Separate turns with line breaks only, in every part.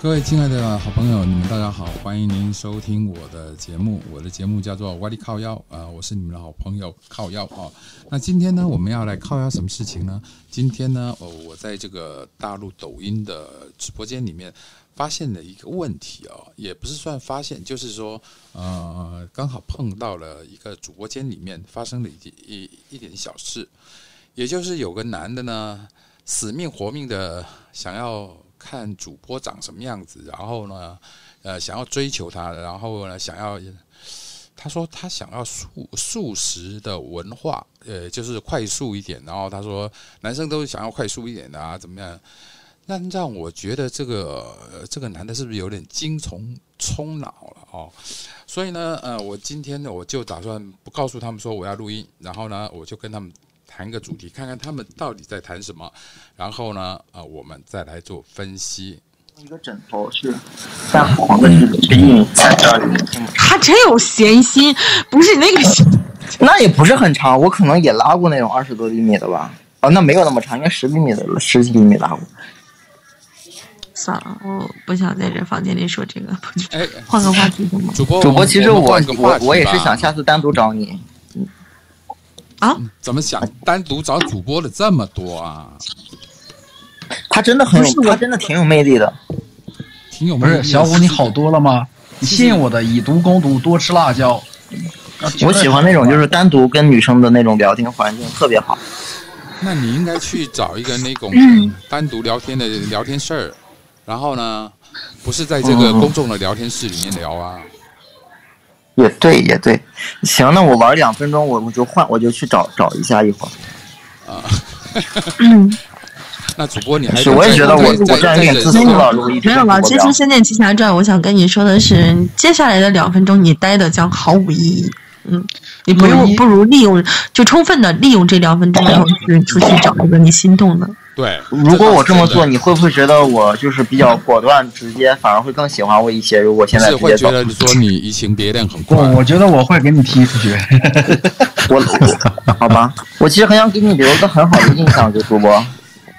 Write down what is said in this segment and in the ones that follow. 各位亲爱的好朋友，你们大家好，欢迎您收听我的节目，我的节目叫做《歪力靠腰》啊、我是你们的好朋友靠腰啊。那今天呢，我们要来靠腰什么事情呢？今天呢，呃，我在这个大陆抖音的直播间里面发现了一个问题啊、哦，也不是算发现，就是说，呃，刚好碰到了一个主播间里面发生了一一一点小事，也就是有个男的呢，死命活命的想要看主播长什么样子，然后呢，呃，想要追求他，然后呢，想要，他说他想要速速食的文化，呃，就是快速一点。然后他说男生都想要快速一点的啊，怎么样？那让我觉得这个、呃这个男的是不是有点精虫充脑了哦？所以呢，呃，我今天呢，我就打算不告诉他们说我要录音，然后呢，我就跟他们谈个主题，看看他们到底在谈什么，然后呢，呃，我们再来做分析。
一个枕头是泛黄的，是是印材料里面的。
他真有闲心，不是那个闲
那也不是很长，我可能也拉过那种二十多厘米的吧。哦，那没有那么长，应该十厘米的，十几厘米拉过。
算了，我不想在这房间里说这个，不
哎，
换个话题行吗？
主播，
主播，其实
我们
我
换个话
我
题
我也是
吧
想下次单独找你。
啊，
怎么想单独找主播的这么多啊？
他真的很
不
有，
是我
他真的挺有魅力的。
挺有
不
魅
是
力的
小虎，你好多了吗？你信我的，以毒攻毒，多吃辣椒。
我喜欢那种就是单独跟女生的那种聊天环境特别好。
那你应该去找一个那种
嗯
单独聊天的聊天室儿，然后呢，不是在这个
嗯
公众的聊天室里面聊啊。
也对，也对。行，那我玩两分钟，我我就换，我就去找找一下一会儿。
嗯
那主播你还
是，我也觉得我我这样有点自私了。如果一直
没有了。
都不
这
聊
是《仙剑奇侠传》，我想跟你说的是，接下来的两分钟你待的将毫无意义。嗯，你不
没
用
意义
不如利用，就充分的利用这两分钟，然后去出去找一个你心动的。
对。
如果我这么做，
你
你会不会觉得我就是比较果断直接，反而会更喜欢我一些？如果现在
是
直
会
接
觉
走，
得你说你移情别恋很
我
快，
我觉得我会给你踢出 去。
我我 好吧，我其实很想给你留一个很好的印象，就主播，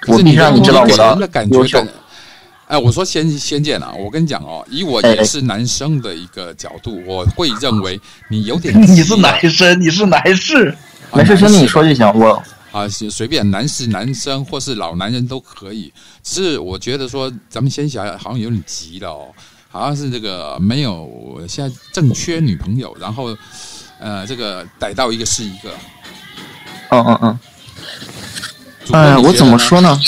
我必须让你知道
给
我
人的感觉
优秀
感。。哎，我说仙仙剑啊，我跟你讲哦，以我
哎
也是男生的一个角度，我会认为你有 点
你
急啊
是
了
男生，你是男士，
啊
没事，
男
兄弟
士
你说就行。我
啊，随随便男士、男生或是老男人都可以。只是我觉得说，咱们仙侠好像有点急了哦，好像是这个没有，我现在正缺女朋友，然后呃，这个逮到一个是一个。
嗯嗯嗯，
主播
哎，
你
我
觉
怎
得
么
呢？
说呢？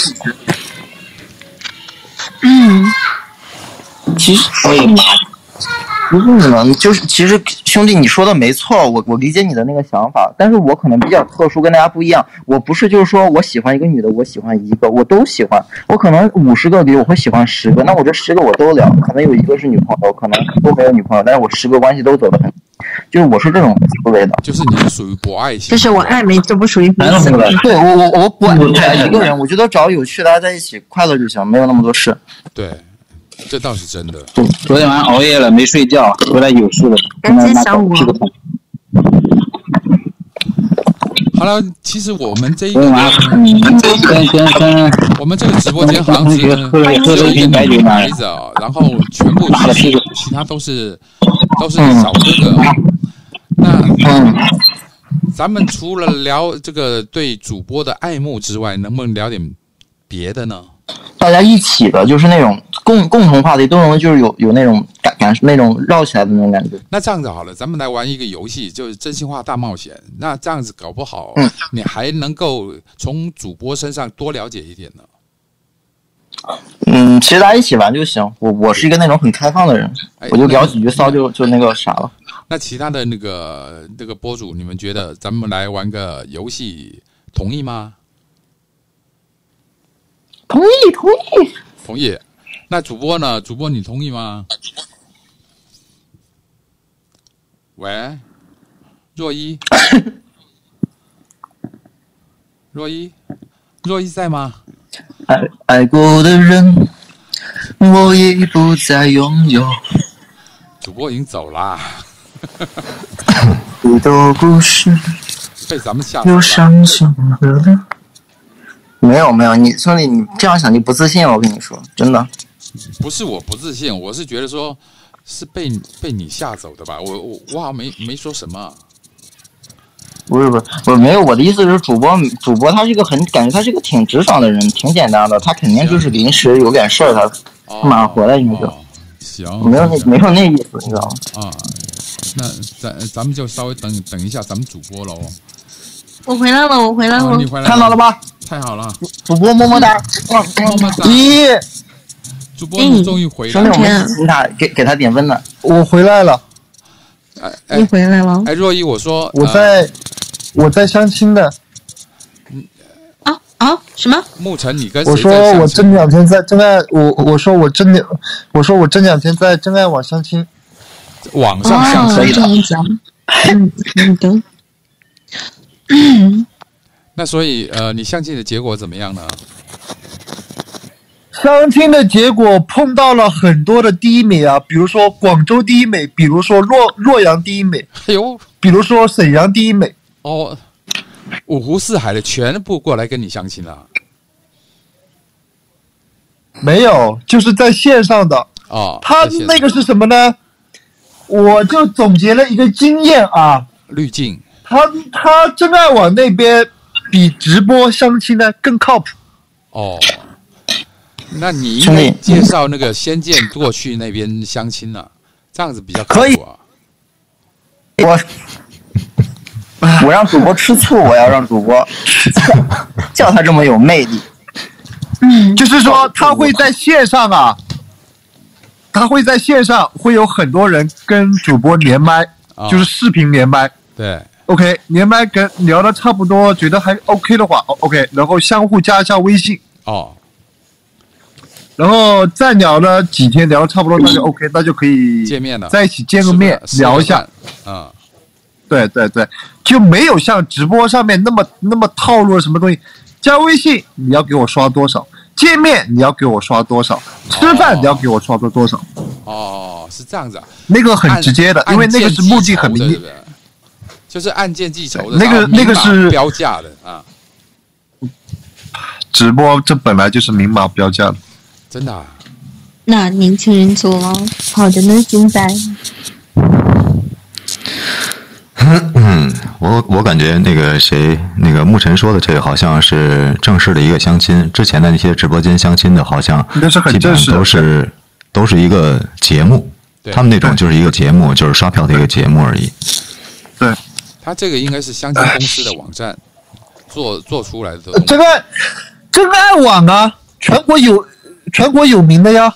嗯，
其实，嗯不是呢，就是其实兄弟，你说的没错，我我理解你的那个想法，但是我可能比较特殊，跟大家不一样。我不是就是说我喜欢一个女的，我喜欢一个，我都喜欢。我可能五十个里我会喜欢十个，那我这十个我都聊，可能有一个是女朋友，可能都没有女朋友，但是我十个关系都走得很，就是我是这种思维的。
就是你是属于博爱型，
这是我爱美，这不属于彼此。
嗯对我我我不爱一个人，我觉得找有趣，大家在一起快乐就行，没有那么多事。
对，这倒是真的。
昨天晚上熬夜了，没睡觉，回来有事了。
感谢小五
吃个饭
好了，其实我们这一
昨
啊
天晚上
个，
跟跟跟
我们这个直播间好像只
跟同学喝了喝
只
了
有
一
一
瓶
个
白酒
女
嘛
孩，子哦，然后全部
妈的
其
这个
其他都是都是小哥哥。那
嗯，
咱们除了聊这个对主播的爱慕之外，能不能聊点别的呢？
大家一起的，就是那种共共同话题，都能就是有有那种感感那种绕起来的那种感觉。
那这样子好了，咱们来玩一个游戏，就是真心话大冒险。那这样子搞不好，
嗯
你还能够从主播身上多了解一点呢。
嗯，其实大家一起玩就行。我我是一个那种很开放的人，
哎
我就聊几句骚就就那个啥了。
那其他的那个那个播主，你们觉得咱们来玩个游戏，同意吗？
同意同意，
同意。那主播呢？主播你同意吗？喂，若一，若一，若一在吗？
爱爱过的人，我已不再拥有。
主播已经走啦，
你都不是
被咱们吓死
有
了。
伤心的人。没有没有，你兄弟，你这样想就不自信了。我跟你说，真的，
不是我不自信，我是觉得说，是被被你吓走的吧？我我我好像没没说什么啊、
不是不是不是没有，我的意思是主播主播他是一个很感觉他是一个挺直爽的人，挺简单的，他肯定就是临时有点事儿，他
哦，
马回来应该
哦行，
没有那
行
没有那意思，你知道吗？
啊。那咱咱们就稍微等等一下，咱们主播喽。
我回来了，我回来了。
哦，你回来
看到了？吧，
太好了，
主播么么哒，哇
么么哒
咦，
主播你
嗯
终于回来
兄弟，
了。
我们请他给给他点温暖。
我回来了，
哎
你
哎
回来了
哎，若一，我说
我
呃
在我在相亲的，
啊啊！什么？
牧尘，你跟谁
我说
在相
我
亲
这两天在正在我我说我这两我说我这两天在真爱网相亲，
网上相
哦，
亲，
以的
这一讲，嗯，嗯的。
那所以呃，你相亲的结果怎么样呢？
相亲的结果碰到了很多的第一美啊，比如说广州第一美，比如说洛洛阳第一美，
哎呦，
比如说沈阳第一美，
哦，五湖四海的全部过来跟你相亲了
没有，就是在线上的。
哦。
他
谢谢
那个是什么呢？我就总结了一个经验啊，
滤镜
他他真爱网那边比直播相亲呢更靠谱。
哦，那你应
兄
该
弟
介绍那个《仙剑》过去那边相亲了、这样子比较
可以
靠谱啊。
我我让主播吃醋，我要让主播吃醋，叫他这么有魅力。
就是说他会在线上啊，他会在线上会有很多人跟主播连麦，
啊
就是视频连麦。
对，
OK，连麦跟聊的差不多，觉得还 OK 的话哦，OK，然后相互加一下微信，
哦，
然后再聊了几天，聊的差不多，那就 OK，那就可以
嗯见面了
在一起见个面
吃个
聊一下。，
吃个饭啊、
对对对，就没有像直播上面那么那么套路了什么东西。加微信你要给我刷多少，见面你要给我刷多少，吃饭你要给我刷多多少，
哦，是这样子啊，
那个很直接的，
按
因为那个是目的很
按件
明
计酬的对
确。
不对就是按件计酬的，
那个
然后明
那个
码
是
标价的啊，
直播这本来就是明码标价的，
真的、啊。
那年轻人组了，好着呢，现在。
嗯，我我感觉那个谁，那个牧尘说的这个好像是正式的一个相亲，之前的那些直播间相亲的，好像
那是很
基本
正式
上
的
都是都是一个节目
对，
他们那种就是一个节目，就是刷票的一个节目而已。
对。
他这个应该是相亲公司的网站做做出来的东西
呃这个真爱网啊，全国有全国有名的呀。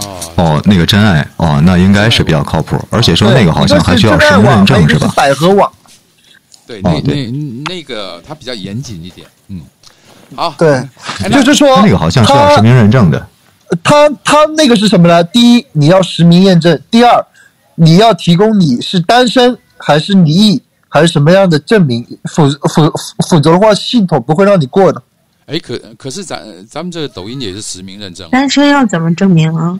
哦，
哦，那个真爱哦，那应该是比较靠谱，而且说
对
那个好像还需要
一个是
身
真爱
份认
网，还有
证
一
是
个是
吧？
百合网，
对，那
哦对
那那个他比较严谨一点，嗯，好，
对
哎，那
就是说
他那个好像是要
他
实名认证的。
他他那个是什么呢？第一，你要实名验证；第二，你要提供你是单身还是离异还是什么样的证明，否否否则的话，系统不会让你过的。
哎，可可是咱咱们这个抖音也是实名认证，啊
单身要怎么证明啊？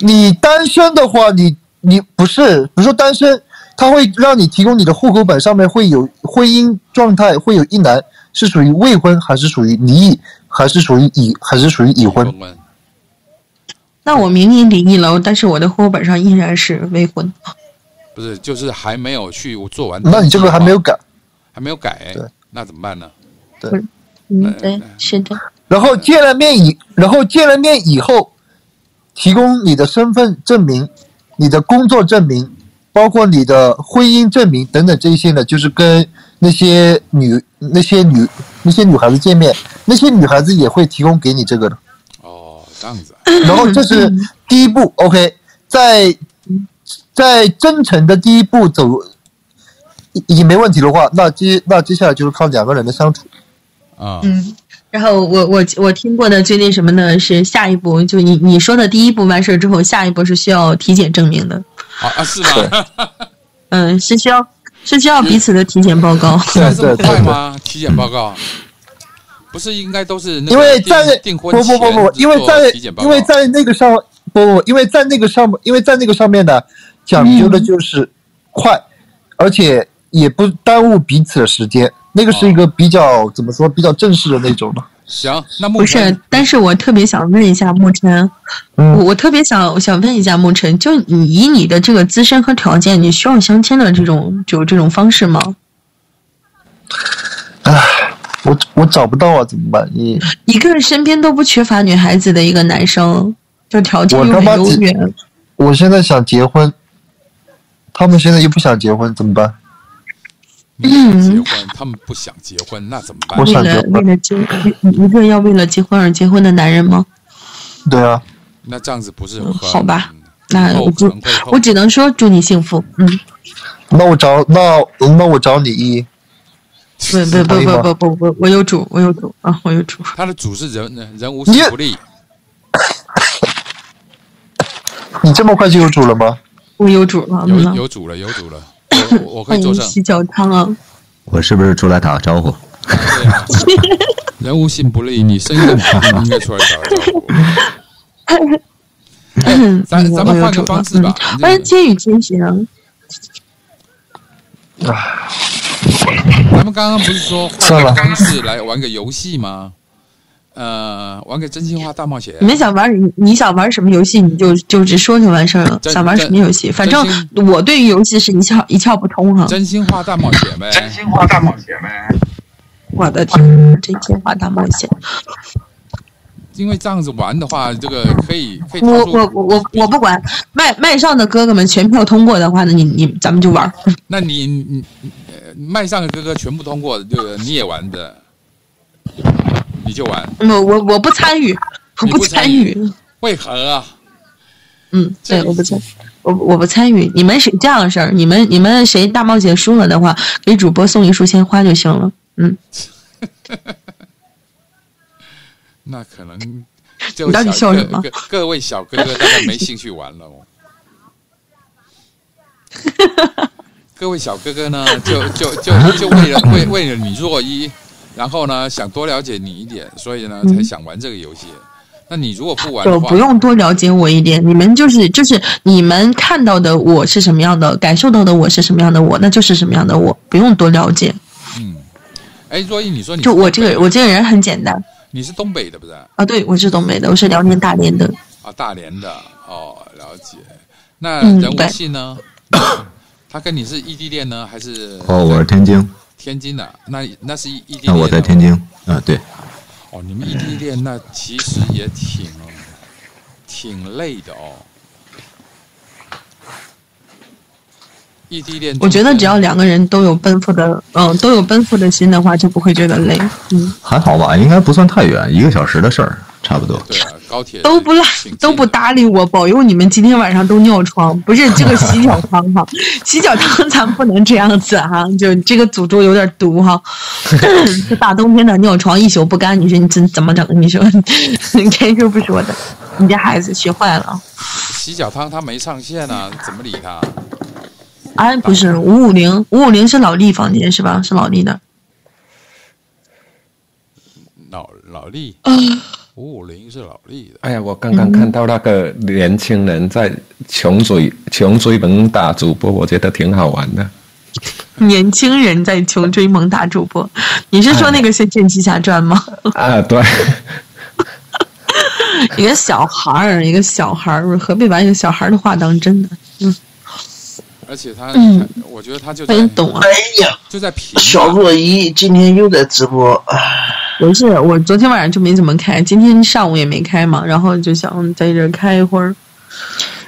你单身的话，你你不是不是说单身，他会让你提供你的户口本上面会有婚姻状态，会有一栏是属于未婚还是属于离异，还是属于已还是属于已婚。
婚
那我明明离异了，但是我的户口本上依然是未婚。
不是就是还没有去做完，
那你这个还没有改。
还没有改哎
对，
那怎么办呢？
嗯，对，是的。
然后见了面以，然后见了面以后，提供你的身份证明、你的工作证明，包括你的婚姻证明等等这一些呢，就是跟那些女、那些女、那些女孩子见面，那些女孩子也会提供给你这个的。
哦，这样子啊，
然后这是第一步，OK，在在真诚的第一步走，已已经没问题的话，那接那接下来就是靠两个人的相处。
啊，
嗯，然后我我我听过的最那什么呢是下一步，就你你说的第一步完事儿之后，下一步是需要体检证明的。
好啊，是吗？
嗯，是需要是需要彼此的体检报告。
现在这么
对对
快吗？体检报告不是应该都是那个
因为
订
在
订
不
婚前
不不不，因为
做
在
体检报
因为
告
在那个上不不，因为在那个上因为在那个上面呢，讲究
嗯
的就是快，而且
哦
也不耽误彼此的时间。那个是一个比较、怎么说比较正式的那种的，
行，那牧
不是
尘，
但是我特别想问一下沐晨，
嗯
我我特别想想问一下沐晨，就你以你的这个资深和条件，你需要相亲的这种就这种方式吗？
我我找不到啊，怎么办？你
一个身边都不缺乏女孩子的一个男生，就条件
我
又
他妈
很优
几
越，
我现在想结婚，他们现在又不想结婚，怎么办？
你想结婚，他们不想结婚，那怎么办
我？
为
想
了
结婚
为了结一个要为了结婚而结婚的男人吗？
对啊，
那这样子不是
嗯
很
好吧？
以
那我
后可
就
能会后
我只能说祝你幸福。嗯，
那我找那那我找你一，
不不
可以吗
不不不不不，我有主，我有主啊，我有主。
他的主是人人无信不立，
你这么快就有主了吗？
我有主了，
有
嗯呐，
有主了，有主 了，我我我可
欢
以作
迎
证。
洗脚汤啊！
我是不是出来打个招呼？
对啊，人无信不立，你生意这么好，你应该出来打个 招呼。哎
嗯
咱咱们换个方式吧。
我
那
是
个
千与千寻，
咱们刚刚不是说换
算
个
了
方式来玩个游戏吗？呃，玩个真心话大冒险。
你们想玩你你想玩什么游戏，你就就直说就完事儿了。
真
想玩什么游戏，反正
真心
我对于游戏是一窍一窍不通哈。
真心话大冒险呗。
话大冒险呗。
我的天，真心话大冒险！
因为这样子玩的话，这个可以可以
我
套路。
我我我我不管，麦麦上的哥哥们全票通过的话，那你你咱们就玩。
那你你你呃麦上的哥哥全部通过，这个你也玩的，你就玩，
我我我不参与，我
你不
参
参
与
与。为何啊？
嗯，对，
这
我不参，我我不参与。你们谁这样的事儿？你们你们谁大冒险输了的话，给主播送一束鲜花就行了。嗯，
那可 能就
你到底
小
笑什么
各各各位小哥哥大概没兴趣玩 了哦。各位小哥哥呢，就就就就为了为为了你若一，然后呢想多了解你一点，所以呢才想玩这个游戏。那你如果不玩
嗯
的
就
话，
不用多了解我一点。你们就是就是你们看到的我是什么样的，感受到的我是什么样的我，那就是什么样的我，不用多了解。
嗯，哎，若一，你说你
就是我
东
这
北
个我这个人很简单
你是东北的不是？啊，
啊，对我是东北的，我是辽宁大连的。
大连的哦，了解。那
嗯
人
对
无 信呢？他跟你是异地恋呢，还是
哦，我是天津，
天津的？那那是异地
那
恋。
我在天。津。啊，对，
哦，你们异地恋那其实也挺挺累的哦。异地恋，
我觉得只要两个人都有奔赴的，嗯，都有奔赴的心的话，就不会觉得累。嗯，
还好吧，应该不算太远，一个小时的事儿，差不多。
对啊，高铁
都不拉
挺近的
都不。搭理我，保佑你们今天晚上都尿床。 不是这个洗脚汤哈， 洗脚汤咱不能这样子哈，就这个诅咒有点毒哈。这大冬天的尿床一宿不干，你说你怎怎么整？你说 你该说不说的，你这孩子学坏了。
洗脚汤他没上线啊，怎么理他？
哎，不是五五零，五五零是老丽房间是吧？是老丽的。
老老力，
呃
五五零是老力的。
哎呀，我刚刚看到那个年轻人在穷追穷追猛打主播，我觉得挺好玩的。
年轻人在穷追猛打主播，你是说那个《仙剑奇侠传》吗？
哦
啊，对，
一个小孩儿，一个小孩儿，我何必把一个小孩儿的话当真呢？
而且他，
嗯
我觉得他就在
很懂啊。
哎呀，
就在平
小若一今天又在直播，哎
不是，我昨天晚上就没怎么开，今天上午也没开嘛，然后就想在这儿开一会儿。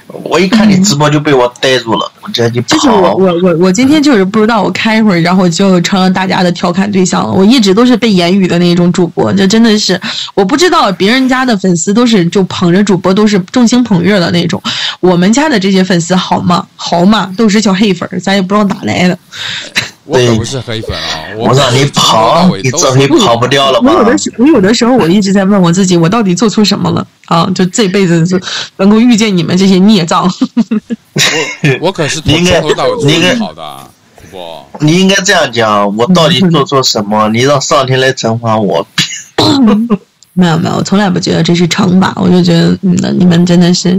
我一看你直播就被我逮住了，我直接就
就是我
跑。
我我我今天就是不知道我开一会儿，然后就成了大家的调侃对象了。我一直都是被言语的那种主播，这真的是我不知道别人家的粉丝都是就捧着主播都是众星捧月的那种，我们家的这些粉丝好嘛好嘛都是小黑粉儿，咱也不知道哪来的。
我可
对
不是黑粉啊！我
我让你跑，啊你这回跑不掉了
我有
吧
的？时我有的时候我一直在问我自己，我到底做出什么了啊？就这辈子就能够遇见你们这些孽障，
我我可是从
你应该
头到尾做
你应该
你好的啊，主播。
你应该这样讲，我到底做错什 么？你让上天来惩罚我。
没有没有，我从来不觉得这是惩罚，我就觉得嗯，那你们真的是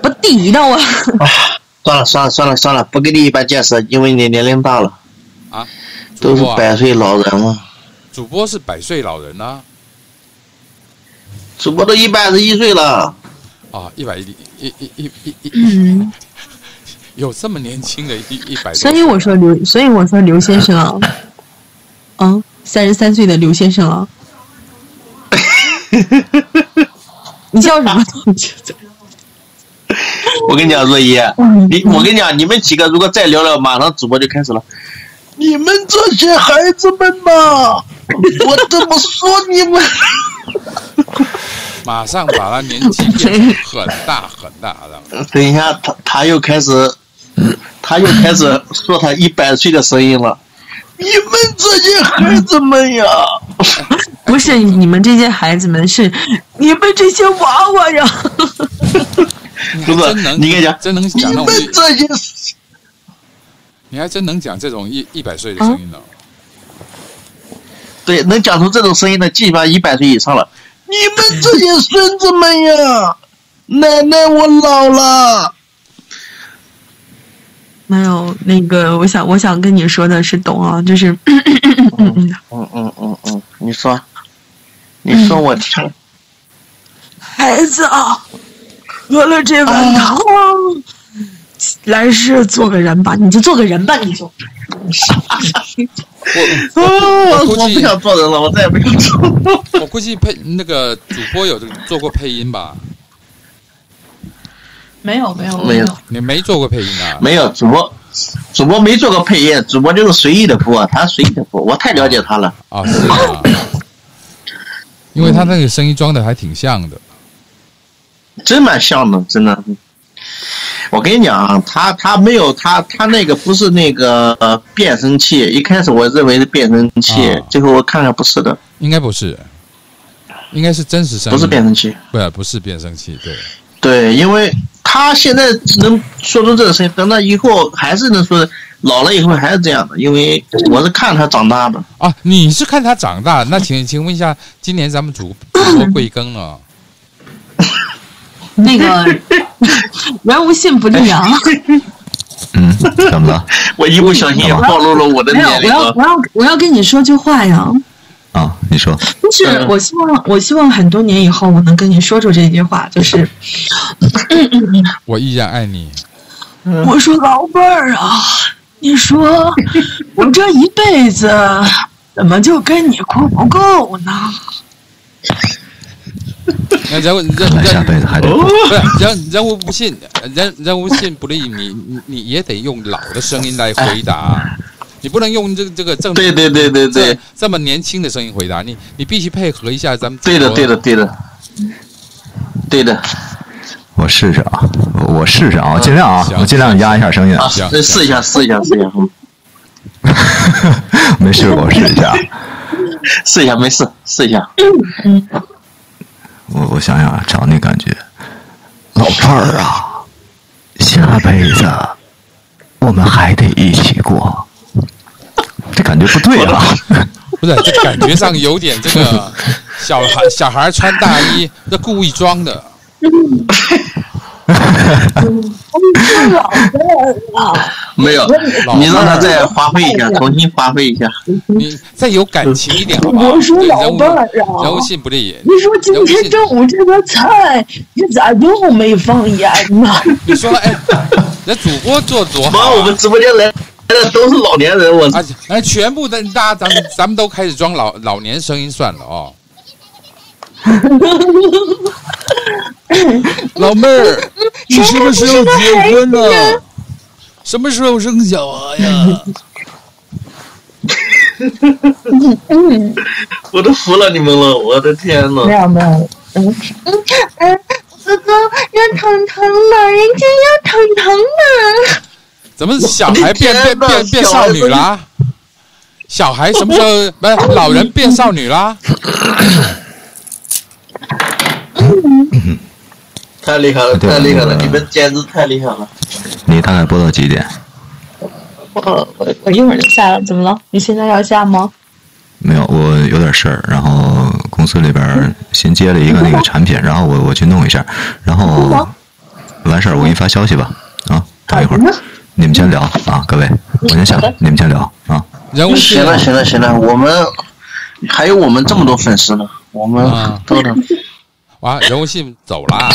不地道
算
啊！
了算了算了算了，不给你一般见识，因为你年龄大了，
啊，
都
主
是
播啊
百岁老人了。
主播是百岁老人呐、啊
主播都一百十一岁了，
啊，一百一一一一一一，
嗯，
有这么年轻的一一百多
所
岁，
以我说刘，所以我说刘先生 啊，嗯，三十三岁的刘先生 啊，你叫什么东西？
我跟你讲，若一，你我跟你讲，你们几个如果再聊聊，马上主播就开始了。你们这些孩子们呐，我怎么说你们？
马上把他年纪变得很大很大 的。
等一下，他他又开始，他又开始说他一百岁的声音了。你们这些孩子们呀，
不是你们这些孩子们，是你们这些娃娃呀！
不是
真能，
你跟你讲，
真能
你
讲那
们
种，
这些
你还真能讲这种一一百岁的
啊
声音呢。
对能讲出这种声音的，基本上一百岁以上了。你们这些孙子们呀，奶奶我老了。
没有那个，我想我想跟你说的是，懂啊，就是， 嗯
嗯嗯嗯嗯，你说，你说我 听。
孩子啊，喝了这碗汤，啊来世做个人吧，你就做个人吧，你就。
哦，
我估
我
计
不想做人了，我再也不想做。
我估计配那个主播有做过配音吧？
没有没有
没有，
你没做过配音啊？
没有主播，主播没做过配音，主播就是随意的播，他随意的播，我太了解他了。
啊，是啊，因为他那个声音装的还挺像的。
真蛮像的，真的。我跟你讲啊，他他没有他他那个不是那个、呃、变声器，一开始我认为是变声器，
啊
最后我看看不是的，
应该不是，应该是真实声音，
不是变声器。
不不是变声器，对，
对，因为他现在只能说出这个声音，等到以后还是能说，老了以后还是这样的，因为我是看他长大的。
啊，你是看他长大， 那请请问一下，今年咱们主主播贵庚了？
那 个人无信不立
哎
啊！
嗯，怎么了？
我一不小心也暴露了我的
没有，
年
我
龄
要
了。
我要我要跟你说句话呀，
啊，你说，
就是
嗯
我希望我希望很多年以后我能跟你说出这句话，就是
我依然爱你。
我说老妹儿啊，你 说我这一辈子怎么就跟你过不够呢？
那人人
看来下
人
辈子还
哦
得过。
不是人人无不信，人人无信不立，你你你也得用老的声音来回答，你不能用这个这个正
对对对对对
这，这么年轻的声音回答你，你必须配合一下咱们主
对的
播
对的对的，对的
我试试啊，我我试试啊，我尽量啊
行，
我尽量压一下声音啊
啊，
行
试试一下试一下试一下，嗯
没试过，我试一下。啊
试一下没事试一下。
我我想想啊，找那感觉，老伴儿啊，下辈子我们还得一起过，这感觉不对啊。
不是，这感觉上有点这个 小孩小孩穿大衣，这故意装的。
啊
没有
老，
你让他再发挥一下，重新发挥一下。
你再有感情一点好不好？
我说老伴儿啊
人物人物信不立。
你说今天中午这个菜你咋都没放盐呢？
你说哎，那主播做多
妈，
好
我们直播间来来的都是老年人，我
啊！啊，哎，全部的大家咱们咱们都开始装老老年声音算了哦。老妹儿，你什么时候结婚呢？什么时候生小孩呀？
我都服了你们了，我的天呐！
有没有，
嗯，哥哥要疼疼了，人家要疼疼了。
怎么小孩变变变变少女啦？小孩什么时候不是老人变少女啦？
太厉害了，
对
太厉害了，
那个
你们简直太厉害了！
你大概播到几点？
我我我一会儿就下了，怎么了？你现在要下吗？
没有，我有点事儿，然后公司里边儿新接了一个那个产品，然后我我去弄一下，然后完事儿我给你发消息吧。啊，等一会儿，你们先聊啊，各位，我先下，你们先聊啊。
人物
行
信
了行 了行了，我们还有我们这么多粉丝呢，我们
啊
都能
啊，人物信走了，啊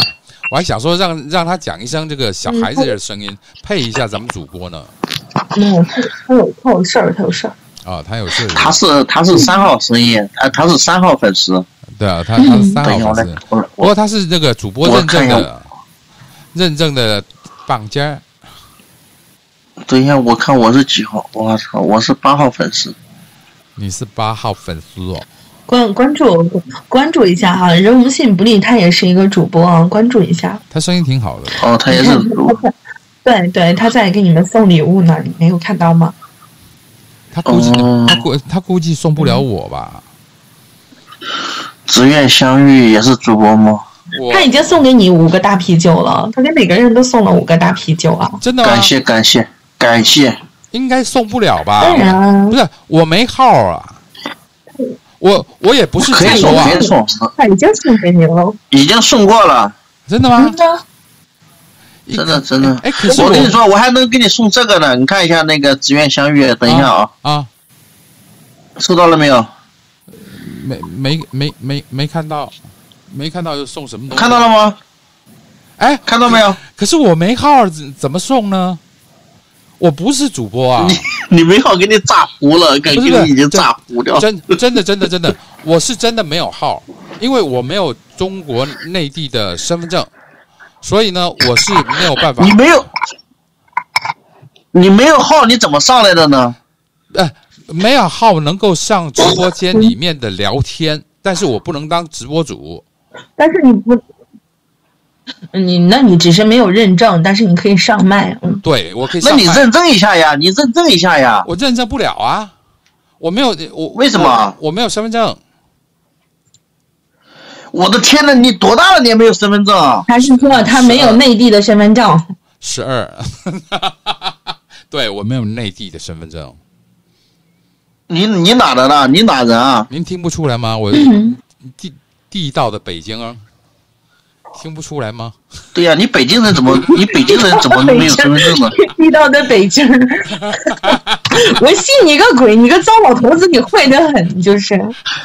我还想说让让他讲一声这个小孩子的声
嗯
音，配一下咱们主播呢。
嗯，他他有他有事儿，他有事儿。
啊，他有事。
他是他是三号声音，他他是三号粉丝。
对啊，他他是三
等一下
号
我来
粉丝，
我
不过他是那个主播
我
认证
看一
的
下，
认证的棒尖。
等一下，我看我是几号？我操，我是八号粉丝。
你是八号粉丝哦？
关关注关注一下哈、人无信不立，他也是一个主播啊，关注一下。
他声音挺好的。
哦，他也是主播。
对对，他在给你们送礼物呢，你没有看到吗？
他估计
哦
他估他估计送不了我吧？
只愿相遇也是主播吗？
我
他已经送给你五个大啤酒了，他给每个人都送了五个大啤酒啊！
真的吗
感？谢感谢感谢，
应该送不了吧？
当然啊
不是我没号啊，我我也不是
可
解
以
说
送
啊
可，以送，
他已经送给你了，
已经送过了，
真的吗
真？的。
真的真的。
哎，可是
我跟你说，我还能给你送这个呢，你看一下那个只愿相遇，等一下啊，
啊，
收到了没有？
没没没没没看到，没看到又送什么东西？
看到了吗？
哎，
看到没有？
可是我没号，怎怎么送呢？我不是主播啊，
你没好给你炸糊了，感
不是
觉
的
你已经炸糊掉了。
真真的真的真的，我是真的没有号，因为我没有中国内地的身份证，所以呢，我是没有办法
你。没有，你没有号，你怎么上来的呢？
呃，没有号能够上直播间里面的聊天，但是我不能当直播主。
但是你不，嗯你那你只是没有认证，但是你可以上麦，嗯，
对，我可以
那
上麦。
你认证一下呀，你认证一下呀。
我认证不了啊，我没有我
为什么
我我没有身份证？
我的天呐，你多大了，你也没有身份证啊？
还是说他没有内地的身份证？
十二， 对我没有内地的身份证，
你你哪的呢？你哪人啊？
您听不出来吗？我地地道的北京啊，听不出来吗？
对呀、你北京人怎 么你北京人怎么能没有身份证呢？
地道的北 京儿，我信你个鬼！你个糟老头子，你坏得很，你就是。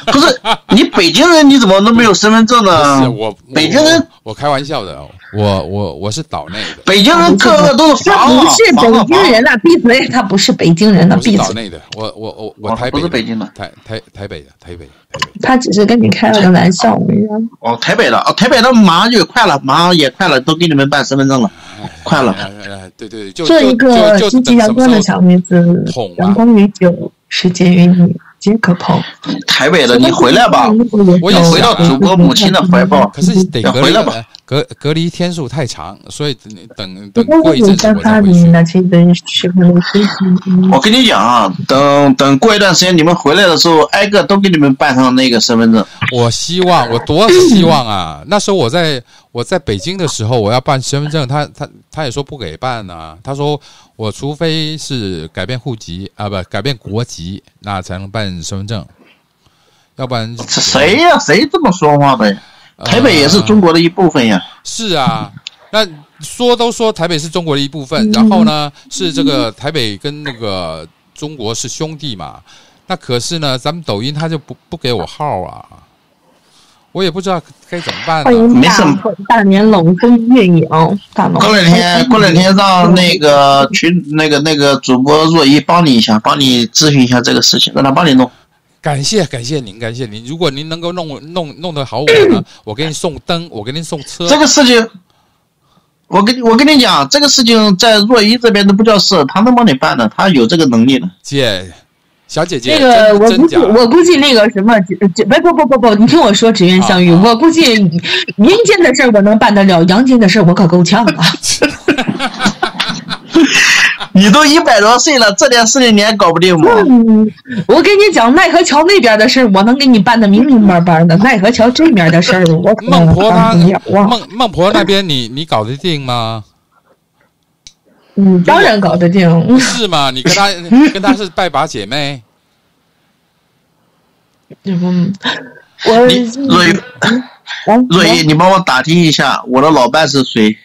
不是你北京人你怎么能没有身份证
不是
呢？
我，
嗯北京人
我，我开玩笑的，啊我我我是岛内的，
北京人个个都是
他
房
不
啊，
是
房啊
北京
房啊。
人呐、闭嘴！他不是北京人呐、
我是
闭
岛
嘴！
内的，我我我
哦
我台
不
北
是北京的
台台台北的台北的台北的，
他只是跟你开了个玩笑，啊我跟你说。
哦，台北的哦，台北的马上就快了，马上也快了，都给你们办身份证了，快了。
哎哎哎对对对，就
做一个
就
积
就
极
等什
阳光
么
的
时
小
候
女子
捅，啊
阳光与酒，世界与你皆可碰。
台北的，你回来吧，
我也
回到祖国母亲的怀抱。
可是得
要
隔
回
离
来吧
隔隔离天数太长，所以等等
不
等
过
过一阵子
在
我
发
再回
明
去。
那些的时候的心情，
我跟你讲啊，等等过一段时间你们回来的时候，挨个都给你们办上那个身份证。
我希望，我多希望啊！那时候我在我在北京的时候，我要办身份证，他他他也说不给办啊。他说我除非是改变户籍啊，不改变国籍，那才能办身份证，要不然
这谁呀、谁这么说话的呀？台北也是中国的一部分呀。
是啊，那说都说台北是中国的一部
嗯
分，然后呢是这个台北跟那个中国是兄弟嘛。那可是呢，咱们抖音他就不不给我号啊，我也不知道该怎么办啊
欢
呢。
迎
没
大
事
大年龙跟月影，大龙。
过两天，过两天让那个群那个那个主播若一帮你一下，帮你咨询一下这个事情，让他帮你弄。
感谢感谢您，感谢您。如果您能够弄弄弄得好我呢， 我给你送灯，我给您送车。
这个事情，我跟你我跟你讲，这个事情在若一这边都不叫事，他能帮你办的，他有这个能力的。
姐，小姐姐，
那个
真
我
真
估计，
假？
我估计那个什么，只只不不不不不，你听我说，只愿相遇。
啊
我估计阴间的事儿我能办得了，阳间的事儿我可够呛啊。
你都一百多岁了，这点事情你还搞不定吗？
嗯，我跟你讲，奈何桥那边的事儿我能给你办得明明白白的，奈何桥这边的事儿我可
孟婆她
办不了啊。
孟孟婆那边你你搞得定吗？
嗯，当然搞得定。
不是嘛？你 跟她跟她是拜把姐妹。
嗯，我嗯
你若一
来
若一，你帮我打听一下我的老伴是谁？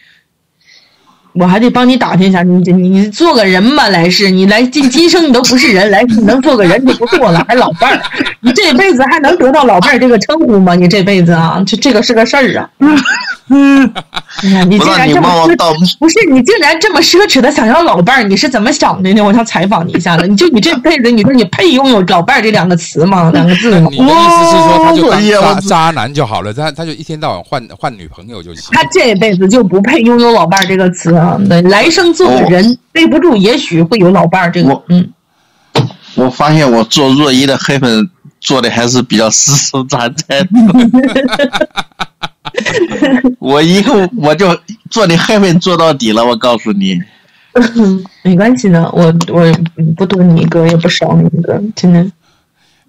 我还得帮你打听一下，你你你做个人吧，来世你来今今生你都不是人，来世能做个人就不错了，还老伴儿， 你这辈子还能得到老伴儿这个称呼吗？你这辈子啊，这这个是个事儿啊。嗯，哎呀你
不
竟
让
然
你
这
帮
么
我
奢
倒
不是你竟然这么奢侈的想要老伴儿，你是怎么想的呢？我想采访你一下子，你就你这辈子，你说你配拥有老伴儿这两个词吗？两个 字吗？
你的意思是说，他就
我也
当
我
渣渣男就好了，他他就一天到晚换换女朋友就行。
他这辈子就不配拥有老伴儿这个词啊！对，来生做个人，对不住，也许会有老伴儿这个
嗯我。
嗯，
我发现我做若一的黑粉做的还是比较 实实在在的。我以后我就做你黑粉做到底了，我告诉你。
没关系的，我我嗯不多你一个，也不少你一个，真的。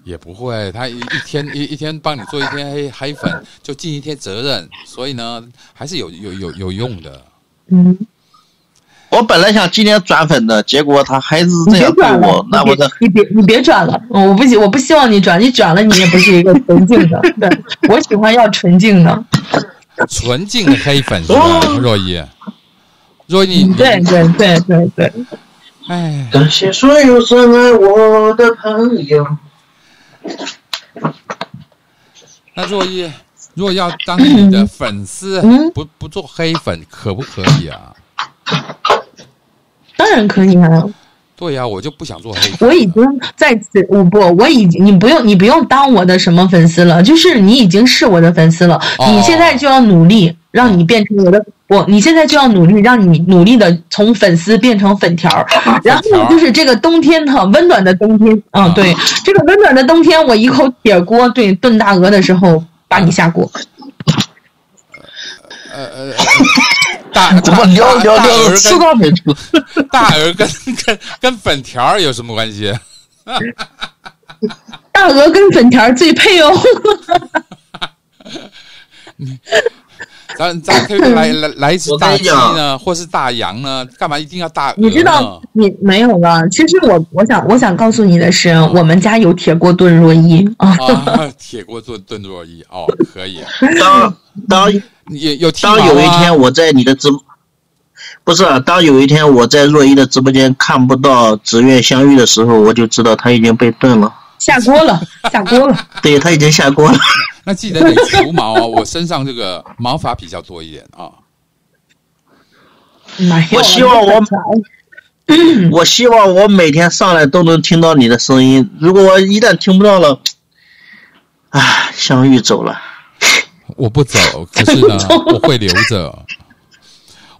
也不会，他一一天一一天帮你做一天黑黑粉，就尽一天责任，所以呢，还是有有有有用的。
嗯，
我本来想今天转粉的，结果他还是这
你别
样对啊
转了
我，，那我
你别
的
你别你别转了，我不希我不希望你转，你转了你也不是一个纯净的。对，我喜欢要纯净的。
纯净的黑粉是吧，
哦
若依？若依，你
对对对对对，
哎，
感谢所有深爱我的朋友。
那若依，若要当你的粉丝，
嗯
不不做黑粉，可不可以啊？
当然可以啊。
对呀、我就不想做黑粉。
我已经在此，我不，我已经，你不用，你不用当我的什么粉丝了，就是你已经是我的粉丝了，
哦
你现在就要努力，让你变成我的，我，你现在就要努力，让你努力的从粉丝变成粉条儿，然后就是这个冬天哈，温暖的冬天，啊，对，这个温暖的冬天，我一口铁锅对炖大鹅的时候把你下锅，
呃呃，呃大
怎么聊聊
大
聊
鹅
到吃到没处？
跟 大鹅跟跟跟粉条儿有什么关系？
大鹅跟粉条儿最配哦，
咱咱可以来来来一只
我跟
大
你
鸡
讲
呢，或是大羊呢？干嘛一定要大鹅呢？
你知道
嗯
你没有了，其实我我想我想告诉你的是，我们家有铁锅炖若一啊。
啊， 铁锅炖炖若一哦，可以。
当当
你有有剃毛
当有一天
啊？
我在你的直，不是、啊，当有一天我在若一的直播间看不到紫月相遇的时候，我就知道他已经被炖了，
下锅了，下锅了。
对他已经下锅了。
那记得得除毛啊！我身上这个毛发比较多一点啊。
没有
我希望我
你这个 嗯
我希望我每天上来都能听到你的声音，如果我一旦听不到了，唉，相遇走了。
我不走， 可是呢，我会留着。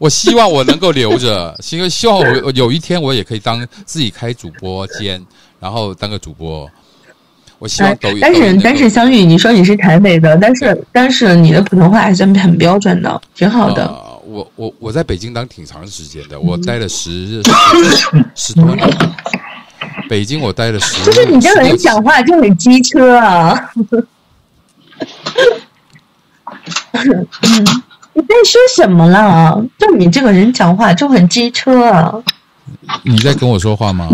我希望我能够留着， 希望希望我有一天我也可以当自己开主播间，然后当个主播。我希望
哎
抖音。
但
抖音
是
能够
但是，相遇，你说你是台北的，但是但是你的普通话还算很标准的，挺好的。
呃我我我在北京当挺长时间的，我待
嗯
了十十多年。 北京我待了十，
就是你这个人讲话就很机车啊。 你在说什么啦？就你这个人讲话就很机车啊！
你在跟我说话吗？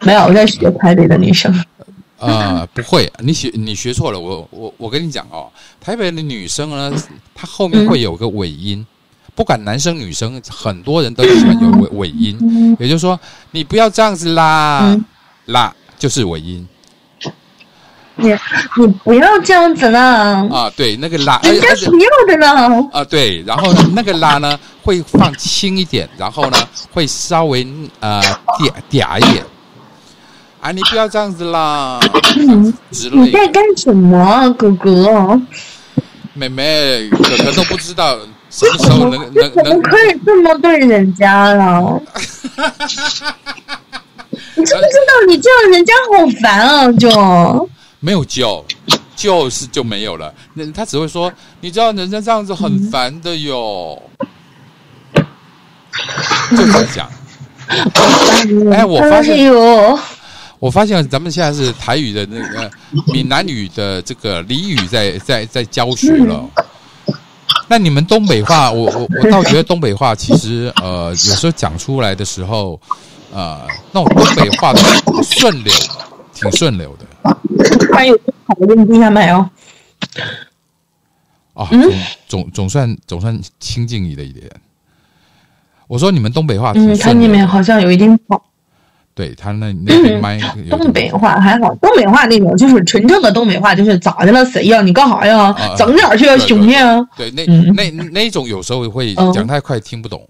没有，我在学台北的女生。
啊，不会，你学你学错了。我我我跟你讲哦，台北的女生呢，她后面会有个尾音，不管男生女生，很多人都喜欢有尾尾音，也就是说，你不要这样子啦，啦就是尾音
你你不要这样子啦，
啊，对，那个啦，而
人
且
家
而且
不要的呢。
啊，对，然后那个拉呢会放轻一点，然后呢会稍微呃嗲嗲一点。啊，你不要这样子啦，之
你
类
在
的。
干什么啊，哥哥？
妹妹，可可都不知道什么时候能
这
能
怎么
能
可以这么对人家 了？你知不知道你这样人家好烦啊！就
没有救，就是就没有了。那他只会说，你知道人家这样子很烦的哟，就这样讲。
嗯
哎，我发现
哎呦，
我发现咱们现在是台语的那个闽南语的这个俚语在在在教学了。那你们东北话，我我我倒觉得东北话其实呃，有时候讲出来的时候，呃，那种东北话的顺溜，挺顺溜的。
还有好的，你听下没有？
啊，
嗯
总总总算总算亲近你了一点。我说你们东北话挺
嗯，它
顺
那
的，
边好像有一点跑。
对他那那边
嗯
麦有点
东北话还好，东北话那种就是纯正的东北话，就是咋的了？谁呀？你干啥呀
啊？
整点儿去
对
啊，
对
兄弟啊！
对，那那那种有时候会
嗯
讲太快听不懂。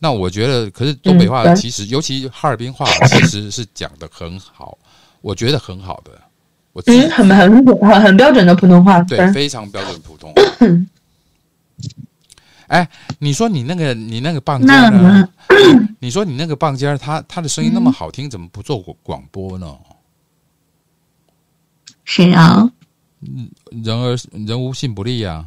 那我觉得，可是东北话
嗯对
其实，尤其哈尔滨话，其实是讲的很好，我觉得很好的，我自己
嗯，很很很很标准的普通话。
对
嗯
非常标准普通 话。哎，你说你那个你那个棒尖儿呢？你说你那个棒尖儿，他他的声音那么好听，怎么不做广广播呢？
谁啊？
人而人无信不立呀、啊，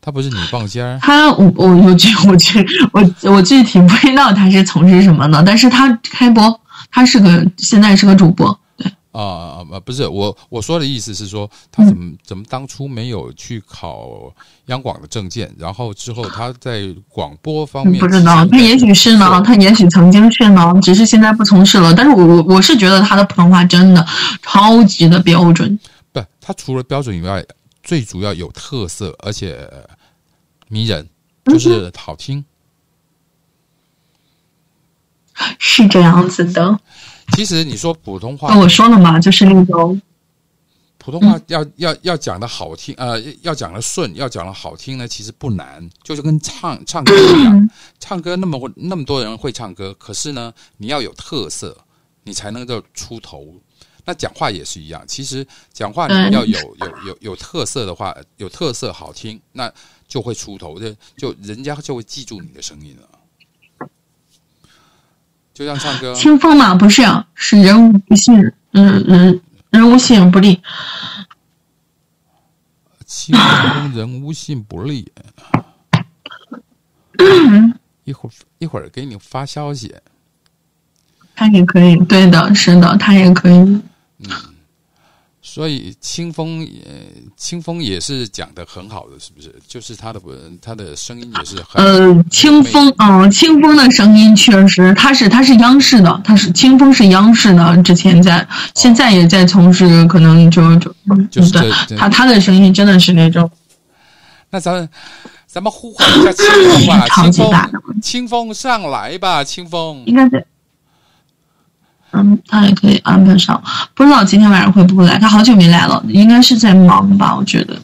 他不是你棒尖儿。
他我我我具我具我我具体不知道他是从事什么的，但是他开播，他是个现在是个主播，
啊啊啊！不是我我说的意思是说，他怎
嗯
么怎么当初没有去考央广的证件，然后之后他在广播方面
嗯不知道
其实
他也许是呢，他也许曾经是呢，只是现在不从事了。但是我我我是觉得他的普通话真的超级的标准，
不，他除了标准以外，最主要有特色，而且迷人，
嗯
就是好听。
是这样子的。
其实你说普通话
那，哦我说了嘛，就是那
嗯
种
普通话要要要讲的好听，呃，要讲的顺，要讲的好听呢，其实不难，就是跟唱唱歌一样，唱歌那么那么多人会唱歌，可是呢，你要有特色，你才能够出头。那讲话也是一样，其实讲话
嗯
你要有有有有特色的话，有特色好听，那就会出头，就就人家就会记住你的声音了。就像唱歌，
清风嘛，不是、啊，是人无不信，嗯嗯，人无信不立。
清风人无信不 立。一会儿一会儿给你发消息，
他也可以，对的，是的，他也可以。
所以清风呃，清风也是讲的很好的，是不是？就是他的文，他的声音也是很
呃，清风，嗯、清风的声音确实，他是他是央视的，他是清风是央视的，之前在，现在也在从事，可能就就嗯
哦就是嗯这
对
这，
他他的声音真的是那种，
那咱们咱们呼唤一下清
嗯
风吧，
超
清
级大的
风，清风上来吧，清风。
应该在，嗯，他也可以安排上，不知道今天晚上会不会来，他好久没来了，应该是在忙吧，我觉得。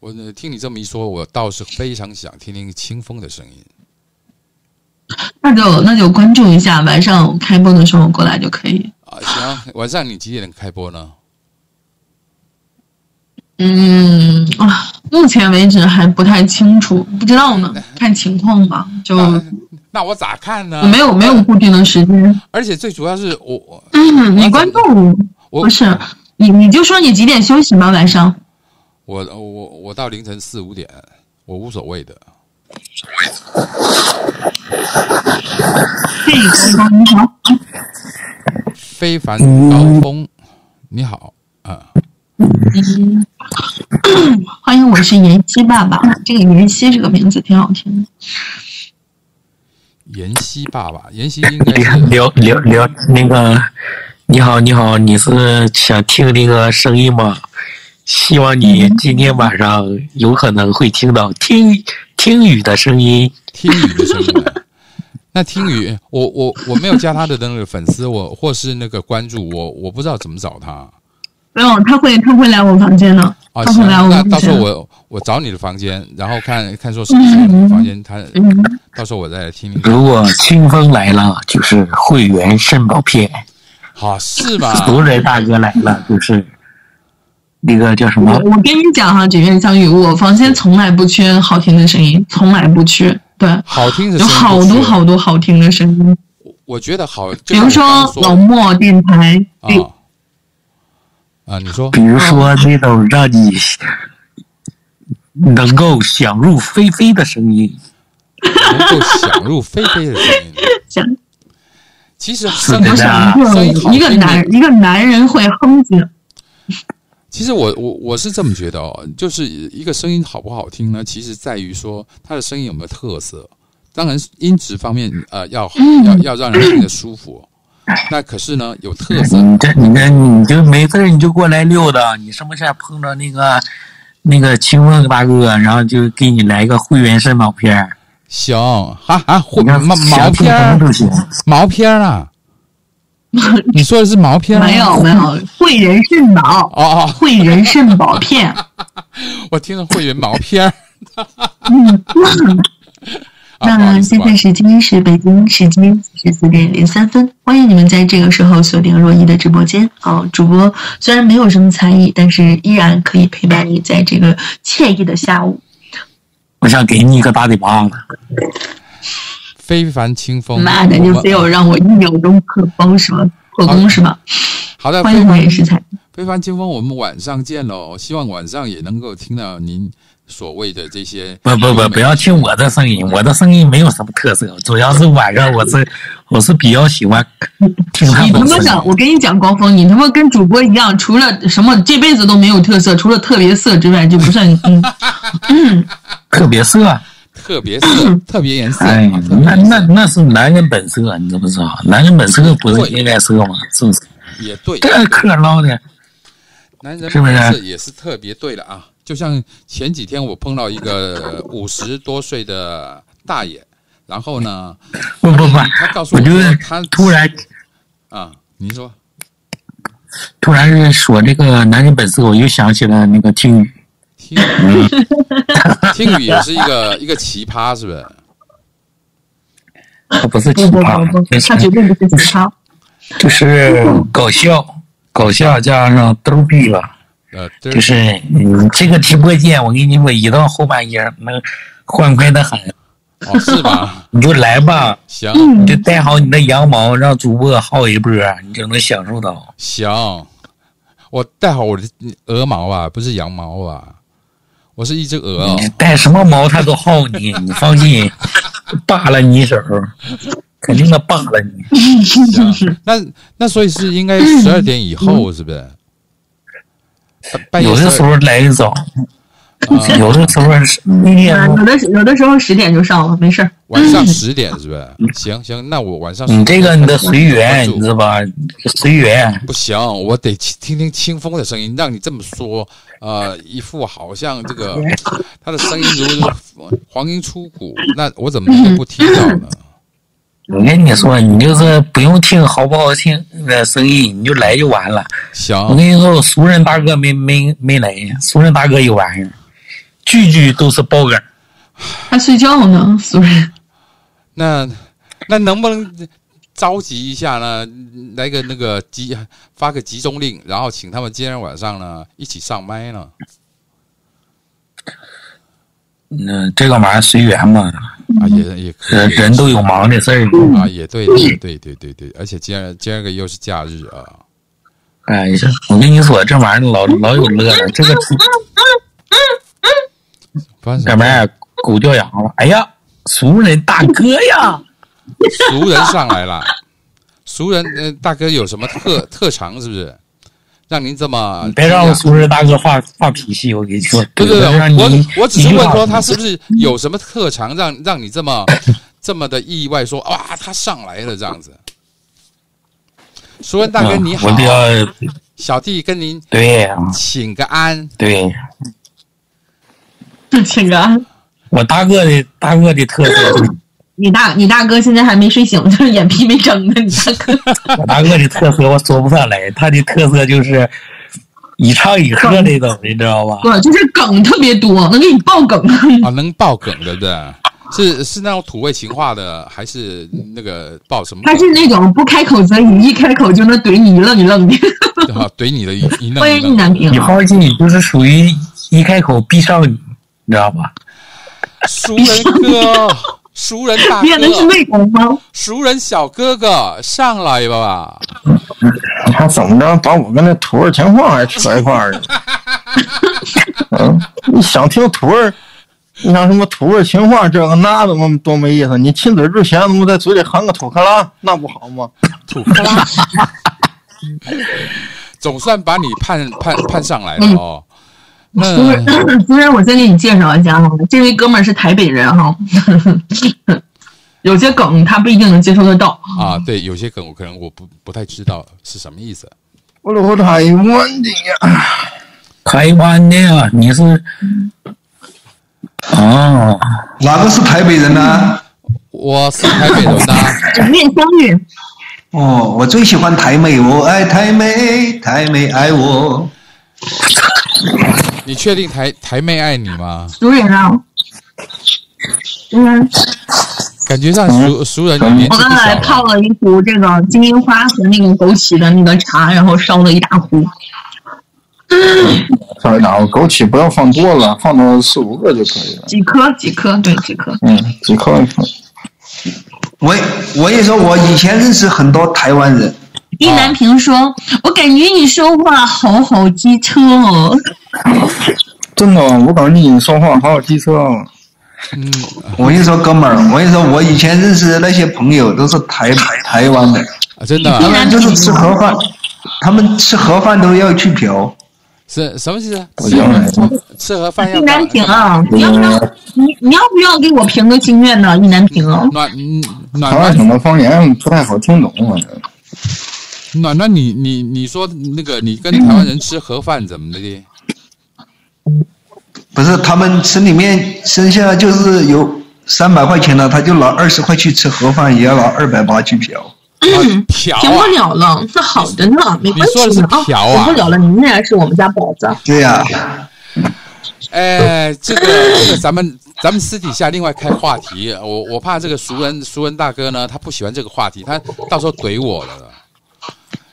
我呃听你这么一说，我倒是非常想听听清风的声音。
那就那就关注一下，晚上我开播的时候过来就可以。
啊，行，晚上你几点开播呢？
嗯啊，目前为止还不太清楚，不知道
哎
呢，看情况吧。就、
啊那我咋看呢？
嗯我没有没有固定的时间。
而且最主要是我我
嗯，你关注
我
我，不是你你就说你几点休息吧，晚上。
我我我到凌晨四五点，我无所谓的。
嘿，刚刚你好，
非凡高峰，你好啊、
嗯欢迎，我是妍希爸爸。
嗯
这个妍希这个名字挺好听的。
妍希爸爸，妍希应该是
聊聊聊那个，你好，你好，你是想听那个声音吗？希望你今天晚上有可能会听到听听雨的声音。
听雨的声音啊。那听雨，我我我没有加他的那个粉丝，我或是那个关注，我我不知道怎么找他
没有，他会他会来我房间的，
啊。
他
行，
会来哦我
那
房
到时
间
候。我我找你的房间，然后看看说什么时候你的房间，他
嗯，
到时候我再来听听。
如果清风来了，就是会员肾宝片；
好、是
啊
吧？
熟人大哥来了，就是那个叫什
我
么？
我跟你讲哈，纸月相遇，我房间从来不缺好听的声音，从来不缺。对，
好听的
有
声音不
好多
错
好多好听的声音，
我觉得好，
比
就像
如
我
说
刚刚说
老莫电台，
啊啊，你 说
比如说那种让你能够想入非非的声音。
能够享入非非的声音，
想
其实
是
声
的
音
呀
声音好
一个
听的
男一个男人会哼唧，
其实我我我是这么觉得哦，就是一个声音好不好听呢，其实在于说它的声音有
嗯
没有特色。当然，音质方面呃要好要要让人听得舒服。那可是呢，有特色。
你这你这你就没事儿你就过来溜达，你什么事儿碰着那个那个清风大哥，然后就给你来个会员肾毛片儿。
行啊啊，会
你看
嗯毛毛
想
片
怎么都行
儿，毛片 儿啊！你说的是毛片儿吗？
没有没有，汇仁肾宝
哦哦，
汇仁肾宝 片，
我听着会员毛片儿
嗯。
啊，不好
那
意思
现
不好
在
意思
时间是北京时间十四点零三分，欢迎你们在这个时候锁定若一的直播间啊！主播虽然没有什么才艺，但是依然可以陪伴你在这个惬意的下午。
我想给你一个大嘴巴子。
非凡清风，
妈的，
哦我
就
们
非要让我一秒钟破功是吗？破功是吗？
好的，
欢迎我也是才。
非凡清风，我们晚上见喽！希望晚上也能够听到您所谓的这些
不不不，不要听我的声音，我的声音没有什么特色，主要是晚上我 是我是比较喜欢听他
你他
们
妈
声
的，
音。
我跟你讲，高峰，你他妈跟主播一样，除了什么这辈子都没有特色，除了特别色之外就不算。嗯
特别色，啊
特 别色、特别颜色。
哎
啊，特别
那
颜色
那那是男人本色，你知不知道？男人本色不是应该色吗？是不是？
也对，
这嗑唠的，
男人
是不是
本色也是特别对了啊！就像前几天我碰到一个 五十多岁的大爷，然后呢，
不不不，
他告诉
我
我
就
说
是
他
突然
啊，您说
突然是说这个男人本色，我又想起了那个听雨，
听
嗯
听雨也是一个一个奇葩，是不是？
他不是奇
不不
葩，
不不，他绝对不是奇葩。
就是搞笑，搞笑加上逗逼了。
呃，对
就是你这个直播间，我给你们移到后半夜，能欢快的很，
哦，是吧？
你就来吧，
行
嗯
你就带好你的羊毛，让主播薅一波，你就能享受到。
行，我戴好我的鹅毛啊，不是羊毛啊，我是一只鹅哦。
你带什么毛他都薅你，你放心， 扒拉你一手，肯定能扒拉你。
那那所以是应该十二点以后，是不是？半
嗯
夜
有的时候来的早，
啊
有的时候是那天
有的有的时候十点就上了，没事儿。
晚上十点是不是？行行，那我晚上
你这个你得随
关
缘，
注
你知道吧？随缘。
不行，我得听听清风的声音。让你这么说，呃，一副好像 这个他的声音如如黄莺出谷，那我怎么能够不听到呢？
我跟你说，你就是不用听好不好听的声音，你就来就完了。
行，
我跟你说，我熟人大哥没没没来呀，熟人大哥有玩意儿，句句都是爆梗。
他睡觉 呢，苏然。
那那能不能召集一下呢？来个那个集发个集中令，然后请他们今天晚上呢一起上麦呢？
嗯，这个玩意儿随缘嘛，
啊，也也可
人
以
人都有忙的事儿。
啊，也对，对对对对对，而且今儿今儿个又是假日啊，
哎，这我跟你说，这玩意儿老老有乐了。这个
不然什
哥
么
们儿狗叫羊了，哎呀，熟人大哥呀，
熟人上来了，熟人呃，大哥有什么特特长是不是？让您这么
你嗯别让熟人大哥发发脾气，我跟你说，
不是
有的让你
我我只是
你就
问
把
说他是不是有什么特长让让你 这么这么的意外说哇他上来了这样子。熟人大哥
嗯
你好
我，比较
小弟跟您
对呀
请个安，
对。
请个，
我大哥的大哥的特色，
你大你大哥现在还没睡醒，就是眼皮没睁呢。你大 哥
我大哥的特色我说不上来，他的特色就是一唱一和那种，你知道吧？
对，就是梗特别多，能给你爆梗。
啊，能爆梗对不对？是是那种土味情话的，还是那个爆什么
他是那种不开口则已，一开口就能怼你一愣一 愣的。
梗啊？怼你的 一一
欢
愣一
迎意
愣。
难平
你，放心，就是属于一开口必上你，你知道吧？
熟人 哥，熟人大
练的是
哥，
内功吗？
熟人小哥哥，上来吧！
你看怎么着，把我跟那徒儿情况还扯一块儿去了？嗯，你想听徒儿，你想什么徒儿情话这个那的么多没意思。你亲嘴之前，他妈在嘴里含个土克拉，那不好吗？
土克拉，总算把你盼盼盼上来了哦。
苏嗯然
那，
苏然，我再给你介绍一下哈，这位哥们儿是台北人哈， 有些梗他不一定能接受得 到。
啊，对，有些梗我可能我不不太知道是什么意思。
我老台湾的呀，
台湾的呀，你是
嗯
哦，
哪个是台北人呢、
我是台北人啊呐、
两面相遇，
哦，我最喜欢台妹，我爱台妹，台妹爱我。
你确定台台妹爱你吗？
主演啊，嗯，
感觉上熟熟人年
我
纪
刚
不
才
小，啊
泡了一壶这个金银花和那个枸杞的那个茶，然后烧了一大壶。
稍微打，我枸杞不要放多了，放到四五个就可以了。
几颗几颗，对几颗。
嗯，几颗。
我我也说，我以前认识很多台湾人，
意南平说：“我感觉你说话好好机车 哦。
真的，我感觉你说话好有机车哦。
嗯，
我跟你说，哥们儿，我跟你说，我以前认识的那些朋友都是台台湾的，
啊真的啊
嗯
他们就是吃盒饭，他们吃盒饭都要去嫖。
是什么意思？
我讲了
吃吃盒饭要
意南平啊，
嗯
你要不要你你要不要给我评个心愿呢？意南平啊，
暖嗯暖
台湾省的方言不太好听懂，我觉得。
暖暖，你你你说那个你跟台湾人吃盒饭怎么的的？
不是，他们城里面剩下就是有三百块钱的，他就拿二十块去吃盒饭，也要拿二百八去嫖。
嫖
评不了了，那好着呢，没关系
你说
呢
的是嫖
评
啊
不了了，您那是我们家宝 子。
对呀、
哎，这个这个，咱们咱们私底下另外开话题，我我怕这个熟人熟人大哥呢，他不喜欢这个话题，他到时候怼我了。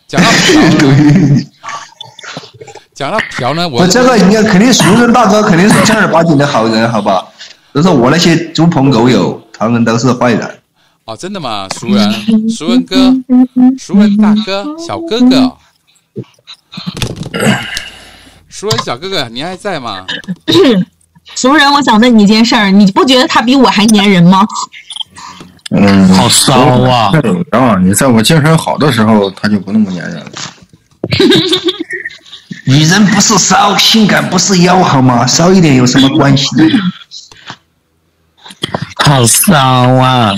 讲到嫖呢，讲到嫖呢，我
我这个应该肯定熟人大哥肯定是正儿八经的好人，好吧？都是我那些猪朋狗友，他们都是坏人。
哦，真的吗？熟人，熟人哥，熟人大哥，小哥哥，熟人小哥哥，你还在吗？
熟人，我想问你一件事儿，你不觉得他比我还粘人吗？
嗯，
好骚啊
那怎么着？你在我精神好的时候，他就不那么粘人了。
女人不是骚，性感不是妖，好吗？骚一点有什么关系？
好骚啊！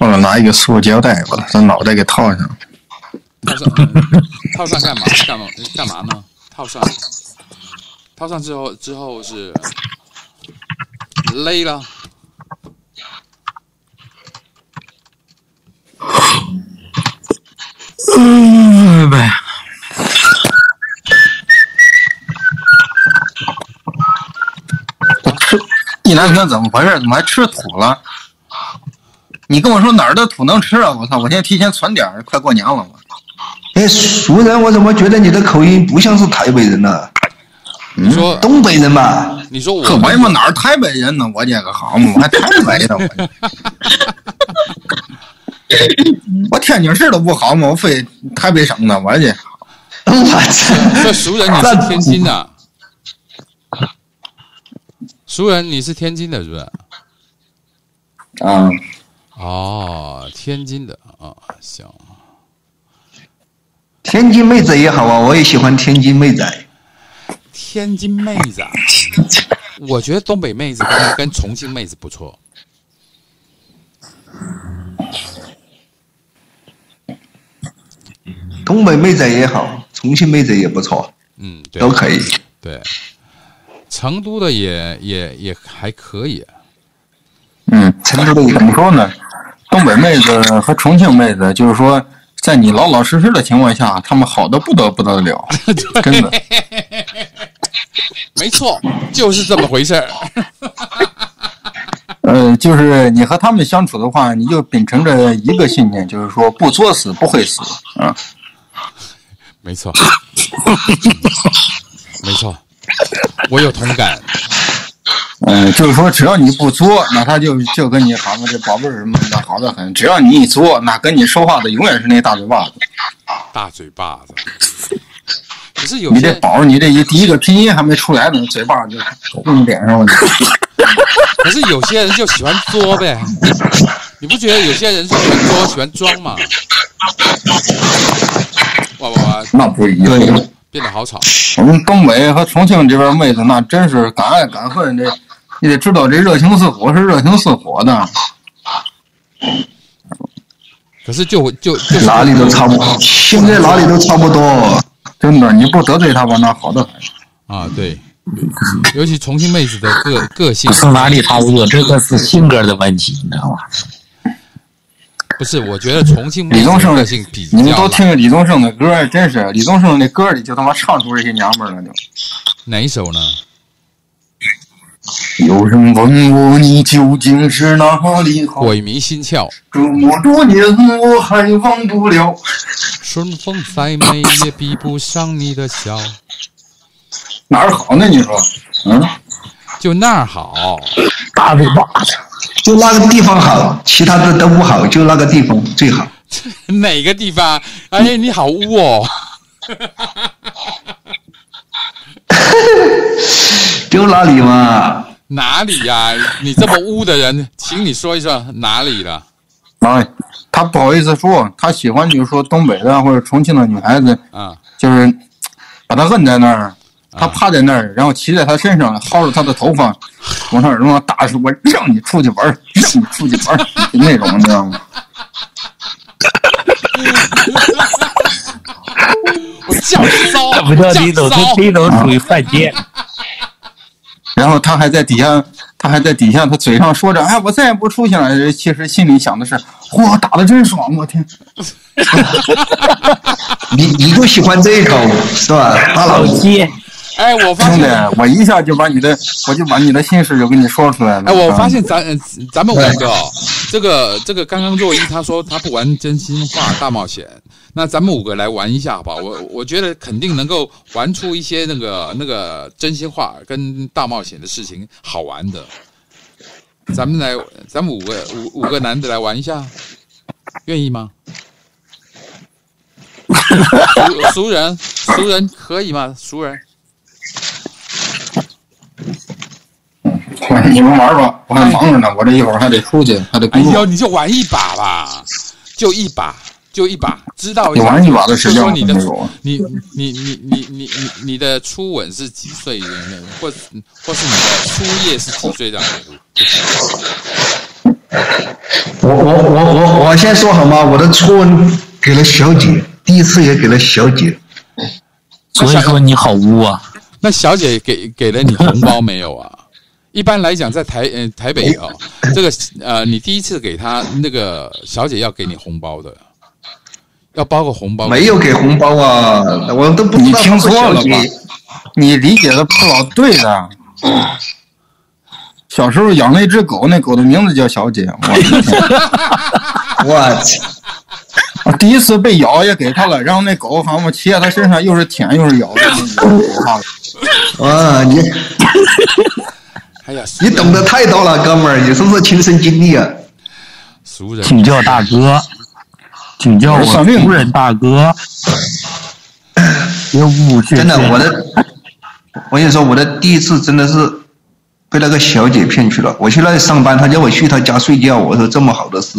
或者拿一个塑胶袋把他脑袋给套上。
套上，嗯套上干嘛？干嘛？干嘛呢？套上，套上之后，之后是勒了，
嗯呗，
我吃一南平怎么回事？怎么还吃土了？你跟我说哪儿的土能吃啊？我操！我先提前存点儿，快过年了嘛。
哎，熟人，我怎么觉得你的口音不像是台北人呢、嗯
你说
东北人吧？
你说我
可我他妈哪儿台北人呢？我这个好嘛，我还台北呢，我这。 我天津市都不好嘛，我非台北省的，我这。
这熟人你是天津的，熟人你是天津的，是不是？
嗯
啊，
哦，天津的啊，行。
天津妹子也好啊，我也喜欢天津妹仔。
天津妹子啊，我觉得东北妹子跟跟重庆妹子不错。
东北妹仔也好，重庆妹子也不错，
嗯，对，
都可以。
对，成都的也也也还可以。
嗯，成都的怎么说呢？东北妹子和重庆妹子，就是说，在你老老实实的情况下，她们好的不得不得 了，真的。
没错，就是这么回事儿。
呃，就是你和他们相处的话，你就秉承着一个信念，就是说不作死不会死啊。
没错，嗯没错，我有同感。
嗯、就是说只要你不作，那他就就跟你好嘛，这宝贝儿什么的好的很。只要你一作，那跟你说话的永远是那大嘴巴子。
大嘴巴子， 可是有
你这
些
宝儿，你这一第一个拼音还没出来呢，嘴巴就弄脸上了。
可是有些人就喜欢作呗。你不觉得有些人就喜欢作，喜欢装吗？哇哇哇！
那不一样。
变得好吵。
我们东北和重庆这边妹子，那真是敢爱敢恨，这你得知道这热情似火是热情似火的，
可是就就就
哪里都差不多，
现在哪里都差不多。
真的，你不得罪他吧，那好的很。
啊，对，尤其重庆妹子的个个性
不是哪里差不多，这个是性格的问题，你知道吧？
不是，我觉得重庆妹
李
子
宗
的
盛
个性比
你们
较
都
懒
听李宗盛的歌，真是李宗盛那歌里就他妈唱出这些娘们儿了，就。
哪一首呢？
有人问我你究竟是哪里好？
鬼迷心窍，
这么多年我还忘不了。
春风再美也比不上你的笑。
哪儿好呢？你说，嗯，
就那儿好。
大嘴巴子，就那个地方好，其他的都不好，就那个地方最好。
哪个地方？哎，你好污哦！
就那里嘛，
哪里呀、你这么污的人，请你说一说哪里了？
哎，他不好意思说，他喜欢就是说东北的或者重庆的女孩子，
啊，
就是把她摁在那
啊
儿，他趴在那儿，然后骑在她身上，薅着她的头发，往她耳朵上大说：“我让你出去玩儿，让你出去玩儿。”就那种，你知道吗？
我叫骚，
这不叫
叫
李总，
骚
这李总属于犯贱。
然后他还在底下，他还在底下，他嘴上说着：“哎，我再也不出去了。”其实心里想的是：“嚯，打的真爽！我天，
你你就喜欢这一口是吧？大老
鸡，
哎，我发
兄弟
现，，
我一下就把你的，我就把你的心事就跟你说出来了。”啊
哎，我发现咱呃咱们五个哦，这个这个刚刚若一他说他不玩真心话大冒险，那咱们五个来玩一下好不好？我我觉得肯定能够玩出一些那个那个真心话跟大冒险的事情好玩的。咱们来，咱们五个五五个男的来玩一下，愿意吗？熟熟人，熟人可以吗？熟人，
哎你们玩吧，我还忙着呢，我这一会儿还得出去，还得
哎
工
呦，
作。
你就玩一把吧，就一把，就一把，知道一
你
下。
玩一把的时间哎我
就说你
都
的
没有。
你你你你你你你的初吻是几岁的那个，或或是你的初夜是几岁这样的？
我我我我我先说好吗？我的初吻给了小姐，第一次也给了小姐。
所以说你好污啊！
那小姐给给了你红包没有啊？ 一般来讲，在台呃台北哦，这个呃，你第一次给她那个小姐要给你红包的，要包个红包。
没有给红包啊，我都不知
你
道
听
她是
错了
小姐
吧？你理解的不老对的。小时候养了一只狗，那狗的名字叫小姐。
我
我第一次被咬也给它了，然后那狗好像我骑在它身上，又是舔又是咬的，
啊，你
哎呀，
你懂得太多了，哥们儿，你是不是亲身经历啊？
俗人
请教大哥，请教我熟人大哥。别误
真的，我的，我跟你说，我的第一次真的是被那个小姐骗去了。我去那里上班，她叫我去她家睡觉，我说这么好的事，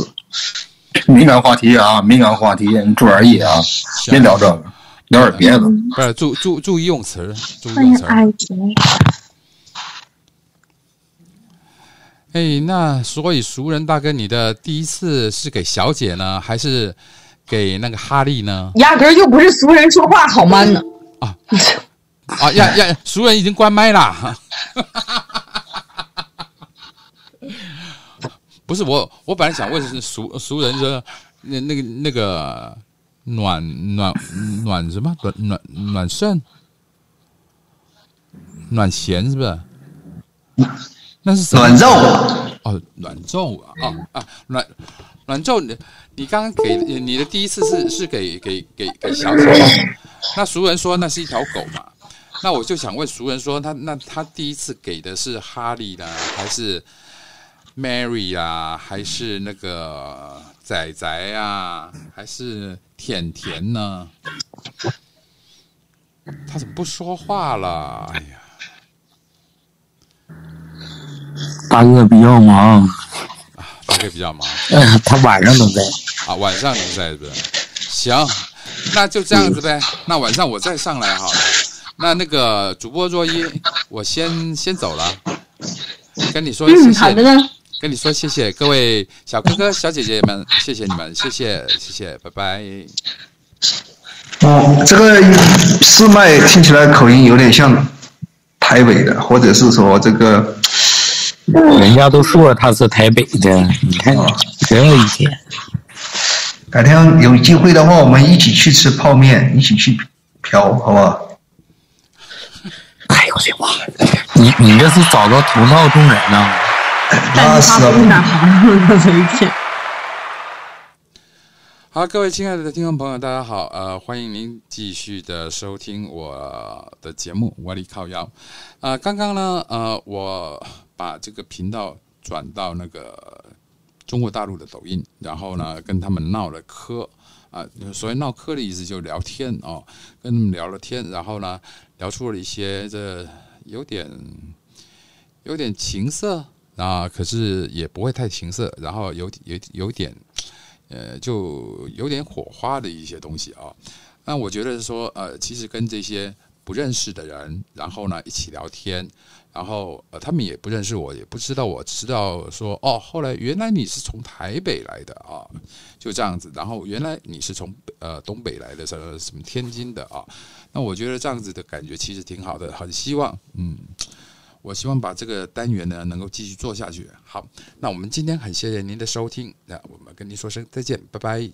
敏感话题啊，敏感话题，你注意意啊，别聊这个，聊点别的。
不是哎注注注意用词，注意用词。
情。
哎，那所以熟人大哥，你的第一次是给小姐呢，还是给那个哈利呢？
压根儿就不是俗人说话好吗？
嗯啊呀呀，熟人已经关麦啦。 不是我，我本来想问是熟熟人说那那个那个暖暖暖什么暖暖暖肾暖弦是不是？那是什么
暖肉
哦，暖肉啊啊啊暖暖肉你。你刚刚给你的第一次是是给给给给小姐吗，那熟人说那是一条狗嘛，那我就想问熟人说，他那他第一次给的是哈利呢，还是 Mary 啊，还是那个仔仔啊，还是甜甜呢？他怎么不说话了？哎呀，
大哥比较忙，
大哥比较忙
哎呀，他晚上都在。
啊，晚上能在是不是？行，那就这样子呗。那晚上我再上来好了。那那个主播若一，我先先走了。跟你说
嗯
谢
好
谢，
的呢
跟你说谢谢各位小哥哥小姐姐们，谢谢你们，谢谢谢谢，拜拜。
哦，这个四麦听起来口音有点像台北的，或者是说这个
人家都说他是台北的，你看这一天，
啊改天有机会的话，我们一起去吃泡面，一起去嫖，好不好？
哎呦我的妈！你你这是找到头套中人了。
那是啊
打行 的嘴欠。
好，各位亲爱的听众朋友，大家好，呃，欢迎您继续的收听我的节目《我力靠腰》。呃，刚刚呢，呃，我把这个频道转到那个中国大陆的抖音，然后呢，跟他们闹了嗑啊、所谓闹嗑的意思就是聊天哦，跟他们聊了天，然后呢，聊出了一些这有点有点情色啊，可是也不会太情色，然后有有有点呃，就有点火花的一些东西啊。那我觉得说，呃，其实跟这些不认识的人，然后呢一起聊天，然后呃他们也不认识我，也不知道我知道说哦，后来原来你是从台北来的啊，就这样子。然后原来你是从呃东北来的，什么什么天津的啊。那我觉得这样子的感觉其实挺好的，很希望嗯。我希望把这个单元呢能够继续做下去。好，那我们今天很谢谢您的收听，那我们跟您说声再见，拜拜。